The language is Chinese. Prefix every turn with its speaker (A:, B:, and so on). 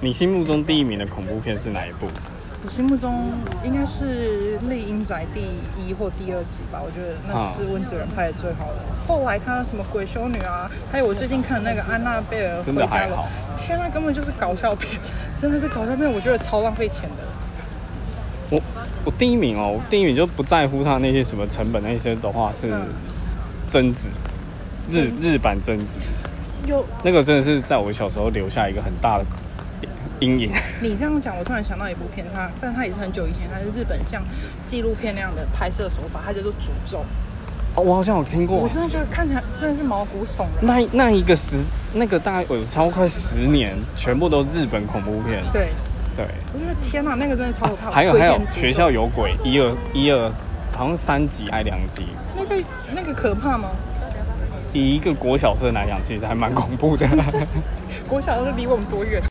A: 你心目中第一名的恐怖片是哪一部？
B: 我心目中应该是《猎鹰仔》第一或第二集吧，我觉得
A: 啊
B: 那是温子仁拍的最好的。后来他什么《鬼修女》啊，还有我最近看的那个《安娜贝尔回
A: 真的
B: 家
A: 还
B: 了
A: 好》，
B: 天啊，根本就是搞笑片，真的是搞笑片，我觉得超浪费钱的。
A: 我我第一名哦，我第一名就不在乎它那些什么成本那些的话是
B: 嗯
A: 贞子，日日版贞子，
B: 有
A: 那个真的是在我小时候留下一个很大的阴影。
B: 你这样讲，我突然想到一部片，它但它也是很久以前，它是日本像纪录片那样的拍摄手法，它叫做《诅咒》，
A: 哦，我好像有听
B: 我
A: 过。
B: 真的觉得看起来真的是毛骨悚然。
A: 那那一个十，那个大概有超快十年，全部都日本恐怖片。
B: 对，
A: 对，啊
B: 我觉得天哪，那个真的超可怕。
A: 还有
B: 我
A: 还
B: 哦推荐
A: 有
B: 诅咒
A: 学校有鬼一二一二，好像三集还两集，
B: 那个那个可怕吗？
A: 以一个国小生来讲，其实还蛮恐怖的。
B: 国小都离我们多远？